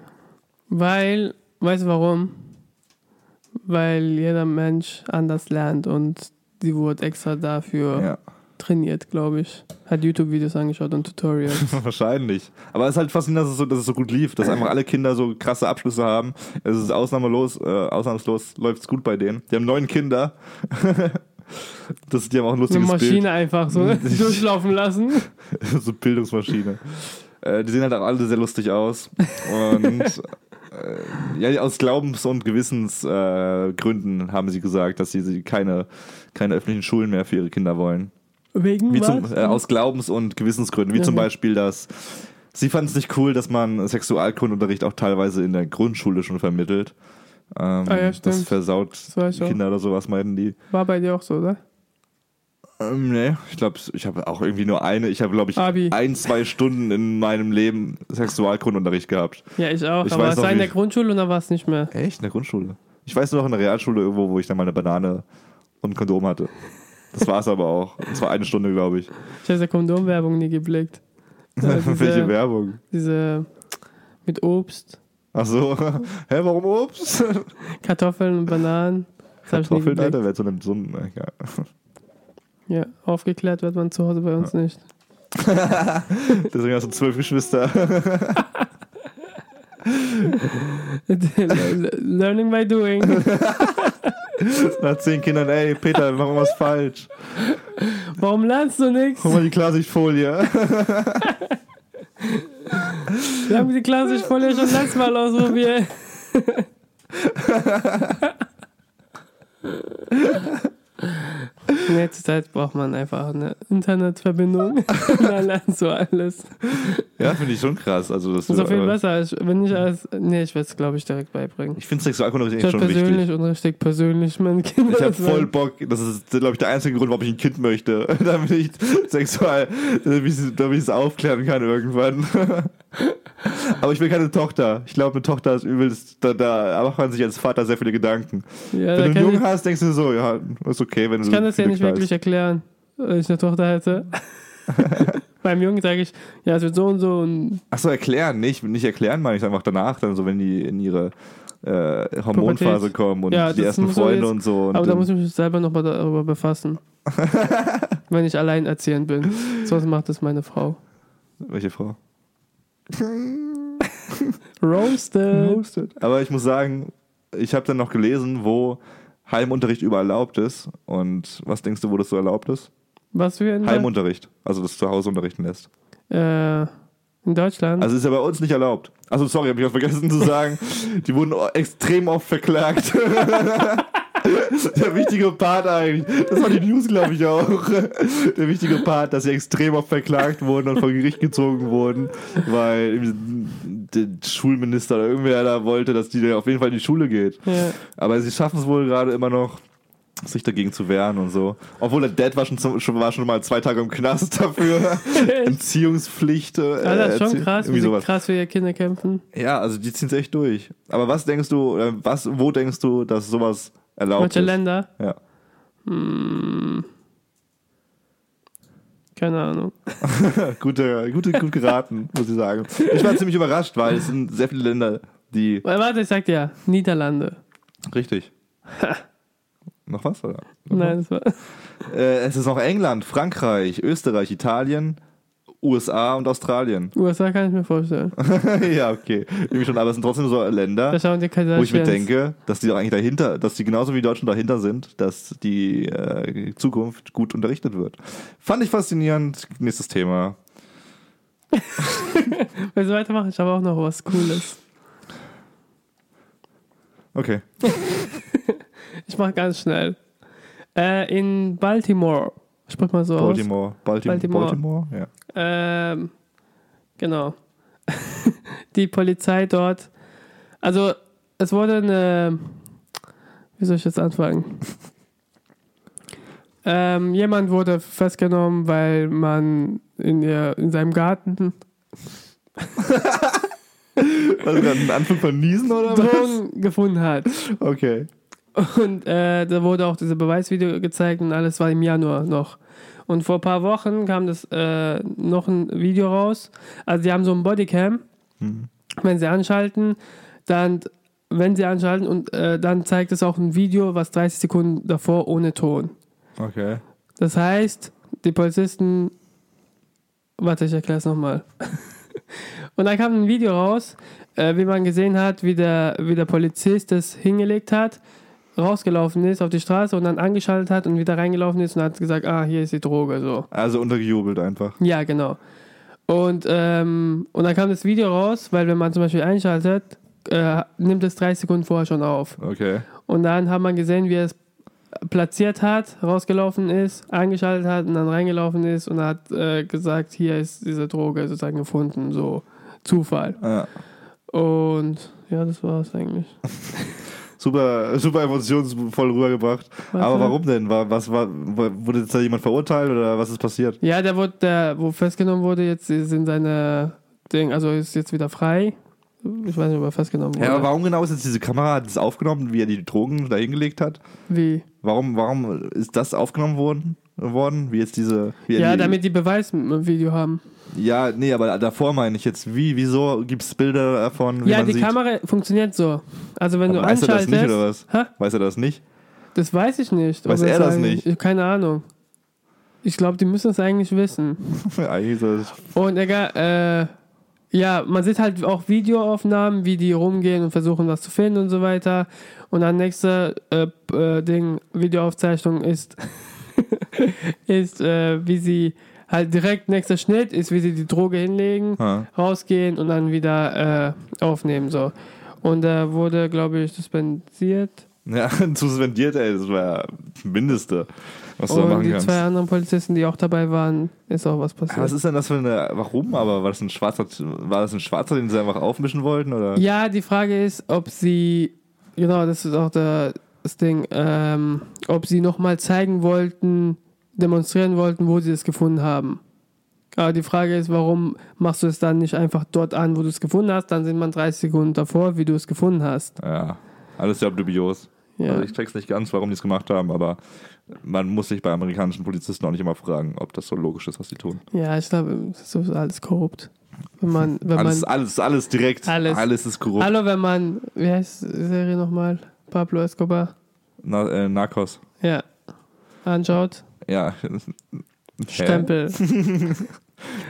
S2: Weil, weißt du warum? Weil jeder Mensch anders lernt und die wurde extra dafür
S1: Ja, <laughs>
S2: trainiert, glaube ich. Hat YouTube-Videos angeschaut und
S1: <laughs>
S2: Tutorials.
S1: wahrscheinlich. Aber es ist halt faszinierend, dass es so, dass es so gut lief, dass einfach alle Kinder so krasse Abschlüsse haben. Es ist ausnahmelos, äh, ausnahmslos läuft es gut bei denen. Die haben neun Kinder. <laughs> das, die haben auch ein
S2: Eine
S1: lustiges Bild.
S2: Maschine einfach so
S1: <laughs>
S2: durchlaufen lassen.
S1: so Bildungsmaschine. Äh, die sehen halt auch alle sehr lustig aus.
S2: <laughs>
S1: Und äh, ja, aus Glaubens- und Gewissensgründen äh, Gründen haben sie gesagt, dass sie, sie keine, keine öffentlichen Schulen mehr für ihre Kinder wollen.
S2: Wegen
S1: Wie
S2: was?
S1: zum, äh, aus Glaubens- und Gewissensgründen. Wie zum
S2: Mhm.
S1: Beispiel, dass sie fanden es nicht cool, dass man Sexualkundenunterricht auch teilweise in der Grundschule schon vermittelt. Ähm,
S2: Ah ja,
S1: das
S2: stimmt.
S1: versaut
S2: weiß ich auch.
S1: Kinder oder sowas, meinten die.
S2: War bei dir auch so, oder?
S1: Ähm, nee, ich glaube, ich habe auch irgendwie nur eine, ich habe glaube ich
S2: Abi.
S1: ein, zwei Stunden in meinem Leben Sexualkundenunterricht gehabt.
S2: Ja, ich auch.
S1: Ich
S2: aber
S1: weiß
S2: es
S1: noch,
S2: war in
S1: wie
S2: der
S1: ich-
S2: Grundschule und dann war es nicht mehr.
S1: Echt? In der Grundschule? Ich weiß nur noch in der Realschule irgendwo, wo ich dann mal eine Banane und ein Kondom hatte. Das war's aber auch. Das war eine Stunde, glaube ich.
S2: Ich habe diese Kondomwerbung
S1: <laughs>
S2: nie geblickt. Ja,
S1: Welche
S2: diese,
S1: Werbung?
S2: diese mit Obst,
S1: Ach so. <laughs> Hä, warum Obst?
S2: Kartoffeln und Bananen. Das hab ich nie
S1: Kartoffeln,
S2: geblickt.
S1: Alter, wer zu einem Summen. Egal.
S2: Ja, aufgeklärt wird man zu Hause bei uns nicht. <laughs>
S1: Deswegen hast du zwölf Geschwister. <laughs>
S2: Learning by doing.
S1: <laughs> Nach zehn Kindern, ey, Peter, wir machen was falsch.
S2: Warum lernst du nichts?
S1: Guck mal die Klarsichtfolie.
S2: Wir haben die klassische Folie schon letztes Mal ausprobiert. In letzter Zeit braucht man einfach eine Internetverbindung. Dann lernst du alles.
S1: Ja, finde ich schon krass. Also, das
S2: So viel besser, als wenn ich als. Nee, ich werde es, glaube ich, direkt beibringen.
S1: Ich finde Sexualkundenunterricht
S2: Ich
S1: echt
S2: halt
S1: schon wichtig.
S2: persönlich und richtig persönlich meinen Kindern.
S1: Ich habe
S2: das
S1: voll
S2: sagen.
S1: Bock, das ist, glaube ich, der einzige Grund, warum ich ein Kind möchte, <laughs> damit ich sexual, damit ich damit ich es aufklären kann irgendwann. <laughs> Aber ich will keine Tochter. Ich glaube, eine Tochter ist übelst, da, da macht man sich als Vater sehr viele Gedanken.
S2: Ja,
S1: wenn
S2: da
S1: du einen
S2: kann ich,
S1: Jungen hast, denkst du so, ja, ist okay, wenn du
S2: ich kann das ja
S1: Glück
S2: nicht wirklich erklären, wenn ich eine Tochter
S1: <laughs>
S2: hätte. Beim Jungen sage ich, ja, es wird so und so und
S1: Ach so, erklären, nicht, nicht erklären, meine ich einfach danach, dann so, wenn die in ihre äh, Hormonphase
S2: Pubertät.
S1: kommen und
S2: Ja,
S1: die
S2: das
S1: ersten
S2: muss man
S1: Freunde
S2: jetzt-
S1: und so. Und
S2: Aber da
S1: dann-
S2: muss ich mich selber nochmal
S1: <laughs>
S2: darüber befassen. wenn ich alleinerziehend bin. Sonst macht das meine Frau.
S1: welche Frau?
S2: Roasted.
S1: Aber ich muss sagen, ich habe dann noch gelesen, wo Heimunterricht überall erlaubt ist. Und was denkst du, wo das so erlaubt ist?
S2: Was wir in, der,
S1: Heimunterricht, also das zu Hause unterrichten lässt.
S2: äh, in Deutschland.
S1: Also ist ja bei uns nicht erlaubt. Also sorry, habe ich was vergessen zu sagen. Die wurden o- extrem oft verklagt. <laughs> Der wichtige Part eigentlich, das war die News, glaube ich auch. Der wichtige Part, dass sie extrem oft verklagt wurden und vor Gericht gezogen wurden, weil irgendwie der Schulminister oder irgendwer da wollte, dass die da auf jeden Fall in die Schule geht.
S2: ja.
S1: Aber sie schaffen es wohl gerade immer noch, sich dagegen zu wehren und so. Obwohl der Dad war schon, zum, schon, war schon mal zwei Tage im Knast
S2: <laughs>
S1: dafür. Entziehungspflicht. Äh,
S2: Alter, Ah, ist schon
S1: Erzie-
S2: krass, wie
S1: irgendwie
S2: sie
S1: sowas.
S2: krass für ihr Kinder kämpfen.
S1: Ja, also die ziehen es echt durch. Aber was denkst du, oder was, wo denkst du, dass sowas erlaubt
S2: Manche
S1: ist?
S2: Länder.
S1: Ja.
S2: Keine Ahnung.
S1: Gute, gute, gut geraten, <laughs> muss ich sagen. Ich war ziemlich überrascht, weil es sind sehr viele Länder, die.
S2: Äh, Warte, ich sag dir, Niederlande.
S1: Richtig. <laughs> Noch was? Oder?
S2: Nein, das war. <laughs>
S1: Äh, es ist noch England, Frankreich, Österreich, Italien, USA und Australien. <laughs>
S2: USA kann ich mir vorstellen.
S1: ja, okay. Irgendwie schon, aber es sind trotzdem so
S2: Da
S1: Länder,
S2: schauen die
S1: wo ich mir
S2: Kardashians.
S1: denke, dass die doch eigentlich dahinter, dass die genauso wie die Deutschen dahinter sind, dass die äh, Zukunft gut unterrichtet wird. Fand ich faszinierend. Nächstes Thema.
S2: Willst du weitermachen? Ich habe auch noch was Cooles.
S1: Okay.
S2: Ich mach ganz schnell. Äh, in Baltimore. Sprich mal so aus.
S1: Baltimore. Baltimore.
S2: Baltimore.
S1: Baltimore. Ja.
S2: Ähm, genau. <laughs> die Polizei dort. Also, es wurde eine. Wie soll ich jetzt anfangen? ähm, jemand wurde festgenommen, weil man in, ihr, in seinem Garten
S1: Also gerade einen Anflug von Niesen oder was?
S2: Drogen gefunden hat.
S1: Okay.
S2: Und äh, da wurde auch dieses Beweisvideo gezeigt und alles war im Januar noch. Und vor ein paar Wochen kam das äh, noch ein Video raus. Also die haben so ein Bodycam. Wenn sie anschalten, dann wenn sie anschalten und äh, dann zeigt es auch ein Video, was 30 Sekunden davor ohne Ton.
S1: Okay.
S2: Das heißt, die Polizisten. Warte, ich erkläre es nochmal. Und dann kam ein Video raus, äh, wie man gesehen hat, wie der, wie der Polizist das hingelegt hat, rausgelaufen ist auf die Straße und dann angeschaltet hat und wieder reingelaufen ist und hat gesagt, ah, hier ist die Droge, so.
S1: Also untergejubelt einfach.
S2: Ja, genau. Und, ähm, und dann kam das Video raus, weil wenn man zum Beispiel einschaltet, äh, nimmt es 30 Sekunden vorher schon auf.
S1: Okay.
S2: Und dann hat man gesehen, wie er es platziert hat, rausgelaufen ist, eingeschaltet hat und dann reingelaufen ist und hat äh, gesagt, hier ist diese Droge sozusagen gefunden, so Zufall.
S1: Ja.
S2: Und ja, das war's eigentlich.
S1: Super, super emotionsvoll rübergebracht. Aber warum denn? War, was war, wurde jetzt da jemand verurteilt oder was ist passiert?
S2: Ja, der wurde, der, wo festgenommen wurde, jetzt sind seine Ding, also ist jetzt wieder frei. Ich weiß nicht, ob er festgenommen wurde.
S1: Ja, aber warum genau ist jetzt diese Kamera hat das aufgenommen, wie er die Drogen da hingelegt hat?
S2: Wie?
S1: Warum, warum ist das aufgenommen worden? worden? Wie jetzt diese. Wie er
S2: Ja,
S1: die,
S2: damit die Beweis im Video haben.
S1: Ja, nee, aber davor meine ich jetzt, wie, wieso gibt es Bilder davon? Wie
S2: ja,
S1: man
S2: die
S1: sieht?
S2: Kamera funktioniert so. Also wenn du
S1: Weiß er das
S2: anschaltest.
S1: nicht oder was?
S2: Hä?
S1: Weiß er das nicht? <laughs>
S2: Das weiß ich nicht. ob
S1: Weiß er
S2: es
S1: das
S2: eigentlich- Keine Ahnung. Ich glaube, die müssen es eigentlich wissen.
S1: Eigentlich soll es-
S2: Und egal, äh, ja, man sieht halt auch Videoaufnahmen, wie die rumgehen und versuchen, was zu finden und so weiter. Und dann nächste äh, p- äh, Ding, Videoaufzeichnung ist, <laughs> ist äh, wie sie halt direkt nächster Schnitt ist, wie sie die Droge hinlegen,
S1: Ha.
S2: rausgehen und dann wieder äh, aufnehmen so. Und da wurde, glaube ich, suspendiert.
S1: Ja, <laughs> suspendiert, ey, das war das Mindeste, was du da
S2: und
S1: machen
S2: die
S1: kannst.
S2: zwei anderen Polizisten, die auch dabei waren, ist auch was passiert.
S1: Was ist denn das für eine. Warum aber? War das ein schwarzer, war das ein schwarzer den sie einfach aufmischen wollten? Oder?
S2: Ja, die Frage ist, ob sie, genau, das ist auch der, das Ding, ähm, ob sie nochmal zeigen wollten, demonstrieren wollten, wo sie es gefunden haben. Aber die Frage ist, warum machst du es dann nicht einfach dort an, wo du es gefunden hast? Dann sind man 30 Sekunden davor, wie du es gefunden hast.
S1: Ja, alles sehr dubios.
S2: Ja.
S1: Also ich check's nicht ganz, warum die es gemacht haben, aber man muss sich bei amerikanischen Polizisten auch nicht immer fragen, ob das so logisch ist, was sie tun.
S2: ja, ich glaube, das ist alles korrupt. Wenn man, wenn
S1: Alles,
S2: man,
S1: alles, alles direkt.
S2: Alles.
S1: ist korrupt.
S2: hallo, wenn man, wie heißt die Serie nochmal? Pablo Escobar.
S1: Na, äh, Narcos.
S2: Ja. Anschaut.
S1: Ja. <laughs>
S2: Stempel.
S1: Hä?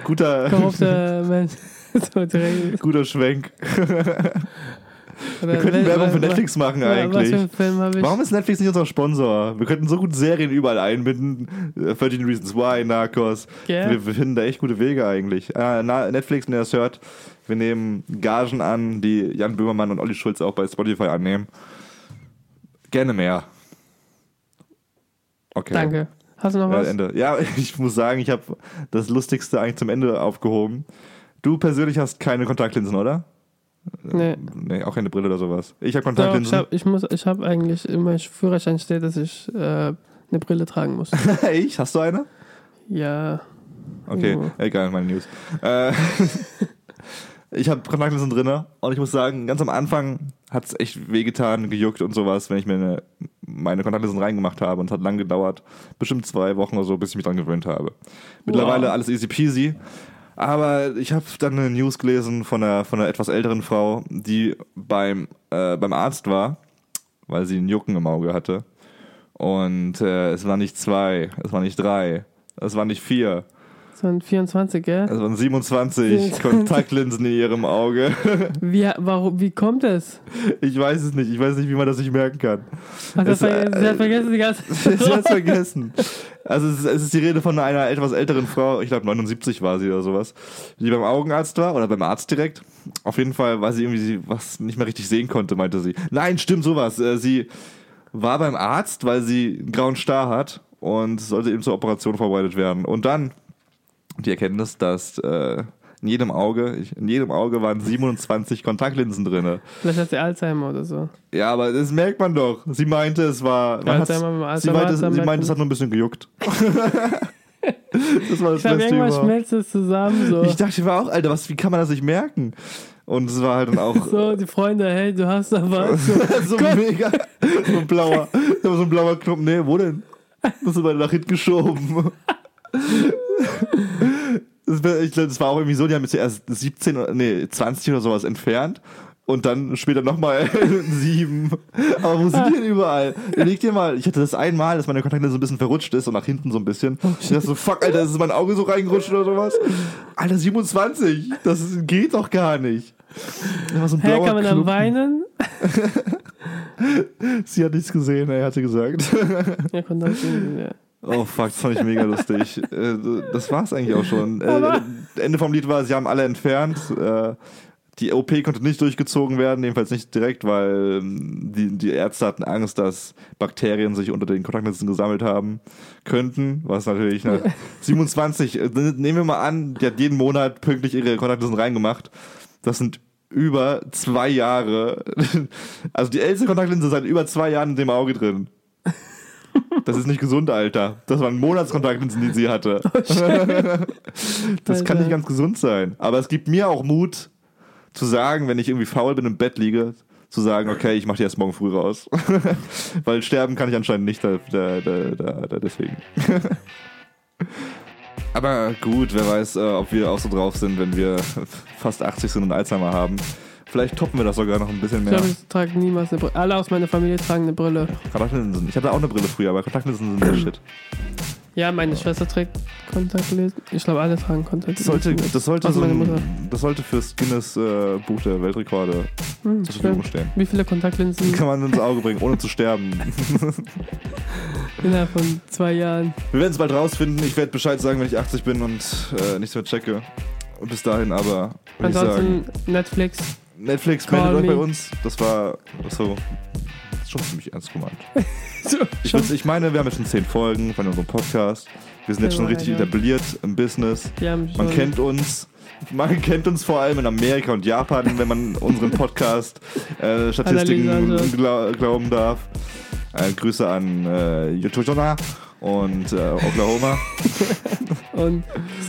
S1: Guter,
S2: Korrupter Mensch. <laughs> so direkt.
S1: guter Schwenk. Wir
S2: Oder
S1: könnten
S2: wel-
S1: Werbung für
S2: wel-
S1: Netflix machen
S2: wel- Was für
S1: eigentlich.
S2: einen Film habe ich?
S1: Warum ist Netflix nicht unser Sponsor? Wir könnten so gut Serien überall einbinden. Äh, 13 Reasons Why, Narcos.
S2: Gell?
S1: Wir, wir finden da echt gute Wege eigentlich. Ah, na, Netflix, wenn ihr das hört, wir nehmen Gagen an, die Jan Böhmermann und Olli Schulz auch bei Spotify annehmen. Gerne mehr. Okay.
S2: Danke. Hast du noch
S1: Ja,
S2: was?
S1: Äh, Ende. Ja, <laughs> ich muss sagen, ich habe das Lustigste eigentlich zum Ende aufgehoben. Du persönlich hast keine Kontaktlinsen, oder?
S2: nee.
S1: Nee, auch keine Brille oder sowas. Ich habe
S2: Äh. Doch, ich
S1: Kontaktlinsen.
S2: habe ich muss- ich hab eigentlich in meinem Führerschein steht, dass ich äh, eine Brille tragen
S1: <laughs>
S2: muss.
S1: ich? Hast du eine?
S2: ja.
S1: Okay,
S2: Ja.
S1: egal, meine News. Äh, <laughs> ich habe Kontaktlinsen drin und ich muss sagen, ganz am Anfang hat es echt wehgetan, gejuckt und sowas, wenn ich mir eine, meine Kontaktlinsen reingemacht habe. Und es hat lang gedauert, bestimmt zwei Wochen oder so, bis ich mich dran gewöhnt habe. Mittlerweile
S2: Wow.
S1: alles easy peasy. Aber ich habe dann eine News gelesen von einer, von einer etwas älteren Frau, die beim, äh, beim Arzt war, weil sie einen Jucken im Auge hatte. Und äh, es waren nicht zwei, es waren nicht drei, es waren nicht vier,
S2: Das waren 24, gell?
S1: es waren 27 Also Kontaktlinsen in ihrem Auge.
S2: Wie, warum, wie kommt das?
S1: Ich weiß es nicht. Ich weiß nicht, wie man das nicht merken kann.
S2: Hat er
S1: Es,
S2: ver
S1: äh, <laughs>
S2: sie hat vergessen, die ganze
S1: Sie hat es vergessen. Also es ist, es ist die Rede von einer etwas älteren Frau, ich glaube 79 war sie oder sowas, die beim Augenarzt war oder beim Arzt direkt. Auf jeden Fall, weil sie irgendwie sie was nicht mehr richtig sehen konnte, meinte sie. Nein, stimmt sowas. Äh, Sie war beim Arzt, weil sie einen grauen Star hat und sollte eben zur Operation vorbereitet werden. Und dann die Erkenntnis, dass äh, in jedem Auge, ich, in jedem Auge waren 27 Kontaktlinsen drinne.
S2: Vielleicht hat sie Alzheimer oder so.
S1: Ja, aber das merkt man doch. Sie meinte, es war. man hat's-
S2: Alzheimer, Alzheimer,
S1: sie meinte, es-
S2: Alzheimer,
S1: sie meinte, es hat nur ein bisschen gejuckt. das war das
S2: Ich glaube,
S1: Beste
S2: irgendwann
S1: überhaupt.
S2: schmelzt es zusammen so.
S1: Ich dachte mir auch, Alter, was, wie kann man das nicht merken? Und es war halt dann auch so,
S2: so, die Freunde, hey, du hast
S1: <laughs>
S2: da was.
S1: mega, so ein blauer, so ein blauer Knopf. Nee, wo denn? Das ist mal nach hinten geschoben. Das war, ich glaube, das war auch irgendwie so, die haben jetzt erst 17, oder- nee, 20 oder sowas entfernt. Und dann später nochmal <laughs> sieben. Aber wo sind die denn überall? Überleg dir mal, ich hatte das einmal, dass meine Kontaktlinse so ein bisschen verrutscht ist und nach hinten so ein bisschen.
S2: Oh,
S1: Ich dachte so, fuck, Alter, ist mein Auge so reingerutscht oder sowas? Alter, 27, das ist- geht doch gar nicht. Da war so ein
S2: Hey,
S1: blauer
S2: kann man dann
S1: Klumpen.
S2: weinen?
S1: Sie hat nichts gesehen, er hatte gesagt.
S2: Ja, Kontaktlinsen, ja.
S1: <laughs> Oh fuck, das fand ich mega lustig. Äh, Das war's eigentlich auch schon. Äh,
S2: Aber-
S1: Ende vom Lied war, sie haben alle entfernt. Äh, Die OP konnte nicht durchgezogen werden, jedenfalls nicht direkt, weil ähm, die, die Ärzte hatten Angst, dass Bakterien sich unter den Kontaktlinsen gesammelt haben könnten. Was natürlich <laughs> ne, 27, äh, nehmen wir mal an, die hat jeden Monat pünktlich ihre Kontaktlinsen reingemacht. Das sind über zwei Jahre. <laughs> Also die älteste Kontaktlinse seit über zwei Jahren in dem Auge drin. Das ist nicht gesund, Alter. Das waren Monatskontaktlinsen, die sie hatte. <laughs> das kann
S2: Alter.
S1: nicht ganz gesund sein. Aber es gibt mir auch Mut, zu sagen, wenn ich irgendwie faul bin im Bett liege, zu sagen, okay, ich mache die erst morgen früh raus. <laughs> Weil sterben kann ich anscheinend nicht, da, da, da, da, da deswegen. Aber gut, wer weiß, äh, ob wir auch so drauf sind, wenn wir fast 80 sind und Alzheimer haben. Vielleicht toppen wir das sogar noch ein bisschen
S2: Ich
S1: mehr.
S2: glaube, ich trage niemals eine Brille. Alle aus meiner Familie tragen eine Brille.
S1: Kontaktlinsen. Ich hatte auch eine Brille früher, aber Kontaktlinsen sind der Shit.
S2: Ja, meine Schwester trägt Kontaktlinsen. Ich glaube, alle tragen Kontaktlinsen.
S1: Das sollte, das sollte,
S2: Also
S1: so
S2: meine Mutter.
S1: ein, das sollte fürs Guinness äh, Buch der Weltrekorde
S2: Hm,
S1: zur
S2: stimmt.
S1: Verfügung stehen.
S2: Wie viele
S1: Die
S2: Kontaktlinsen
S1: kann man ins Auge bringen, ohne zu sterben.
S2: innerhalb von zwei Jahren?
S1: Wir werden es bald rausfinden. Ich werde Bescheid sagen, wenn ich 80 bin und äh, nichts mehr checke. Und bis dahin aber, würde ich sagen,
S2: Ansonsten Netflix.
S1: Netflix
S2: Call
S1: meldet euch
S2: me.
S1: bei uns. Das war so schon ziemlich ernst gemeint.
S2: So,
S1: Ich,
S2: <laughs> schon-
S1: würd's- ich meine, wir haben jetzt schon 10 Folgen von unserem Podcast. Wir sind jetzt schon
S2: Ja,
S1: richtig
S2: ja.
S1: etabliert im Business.
S2: die haben schon
S1: Man kennt uns. Man kennt uns vor allem in Amerika und Japan, wenn man unseren Podcast äh, Statistiken
S2: Analyse anschaut.
S1: gla glauben darf. Äh, Grüße an äh, Yotojona und äh, Oklahoma.
S2: Und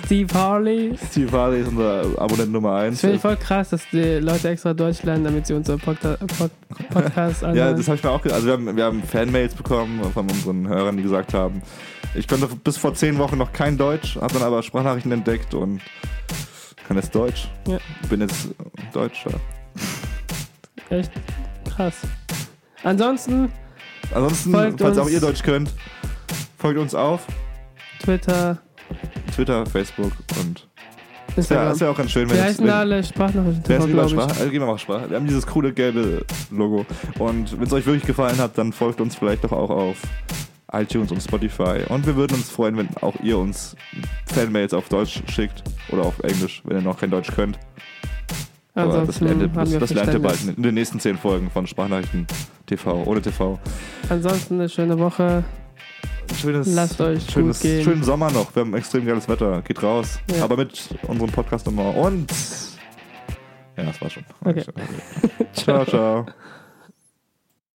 S2: Steve Harley.
S1: Steve Harley ist unser Abonnent Nummer
S2: Das
S1: 1.
S2: finde ich voll krass, dass die Leute extra Deutsch lernen, damit sie unseren Podca Pod Podcast
S1: Ja,
S2: anhören.
S1: das habe ich mir auch ge- Also wir haben, wir haben Fanmails bekommen von unseren Hörern, die gesagt haben, ich konnte bis vor zehn Wochen noch kein Deutsch, habe dann aber Sprachnachrichten entdeckt und kann jetzt Deutsch.
S2: Ja.
S1: Bin jetzt Deutscher.
S2: Echt krass. Ansonsten
S1: Ansonsten,
S2: Folgt
S1: falls auch
S2: uns.
S1: ihr Deutsch könnt, folgt uns auf
S2: Twitter,
S1: Twitter, Facebook und ja,
S2: Instagram.
S1: das wäre auch ganz schön, wenn
S2: wir
S1: jetzt,
S2: heißen
S1: wenn,
S2: da alle Sprachnachrichten
S1: Wer ist
S2: TV,
S1: lieber
S2: glaube ich.
S1: Sprache? Also, gehen wir mal Sprache. Wir haben dieses coole gelbe Logo. Und wenn es euch wirklich gefallen hat, dann folgt uns vielleicht doch auch auf iTunes und Spotify. Und wir würden uns freuen, wenn auch ihr uns Fanmails auf Deutsch schickt oder auf Englisch, wenn ihr noch kein Deutsch könnt. Aber das
S2: Ansonsten
S1: lernt, ihr,
S2: haben
S1: das,
S2: wir
S1: das lernt ihr bald
S2: Verständnis.
S1: in den nächsten zehn Folgen von Sprachnachrichten TV ohne TV.
S2: Ansonsten eine schöne Woche.
S1: Schönes,
S2: Lasst euch gut
S1: schönes,
S2: gehen.
S1: schönen Sommer noch. Wir haben extrem geiles Wetter. Geht raus.
S2: Ja.
S1: Aber mit unserem Podcast nochmal. Und ja, das war schon.
S2: Okay.
S1: ciao. ciao.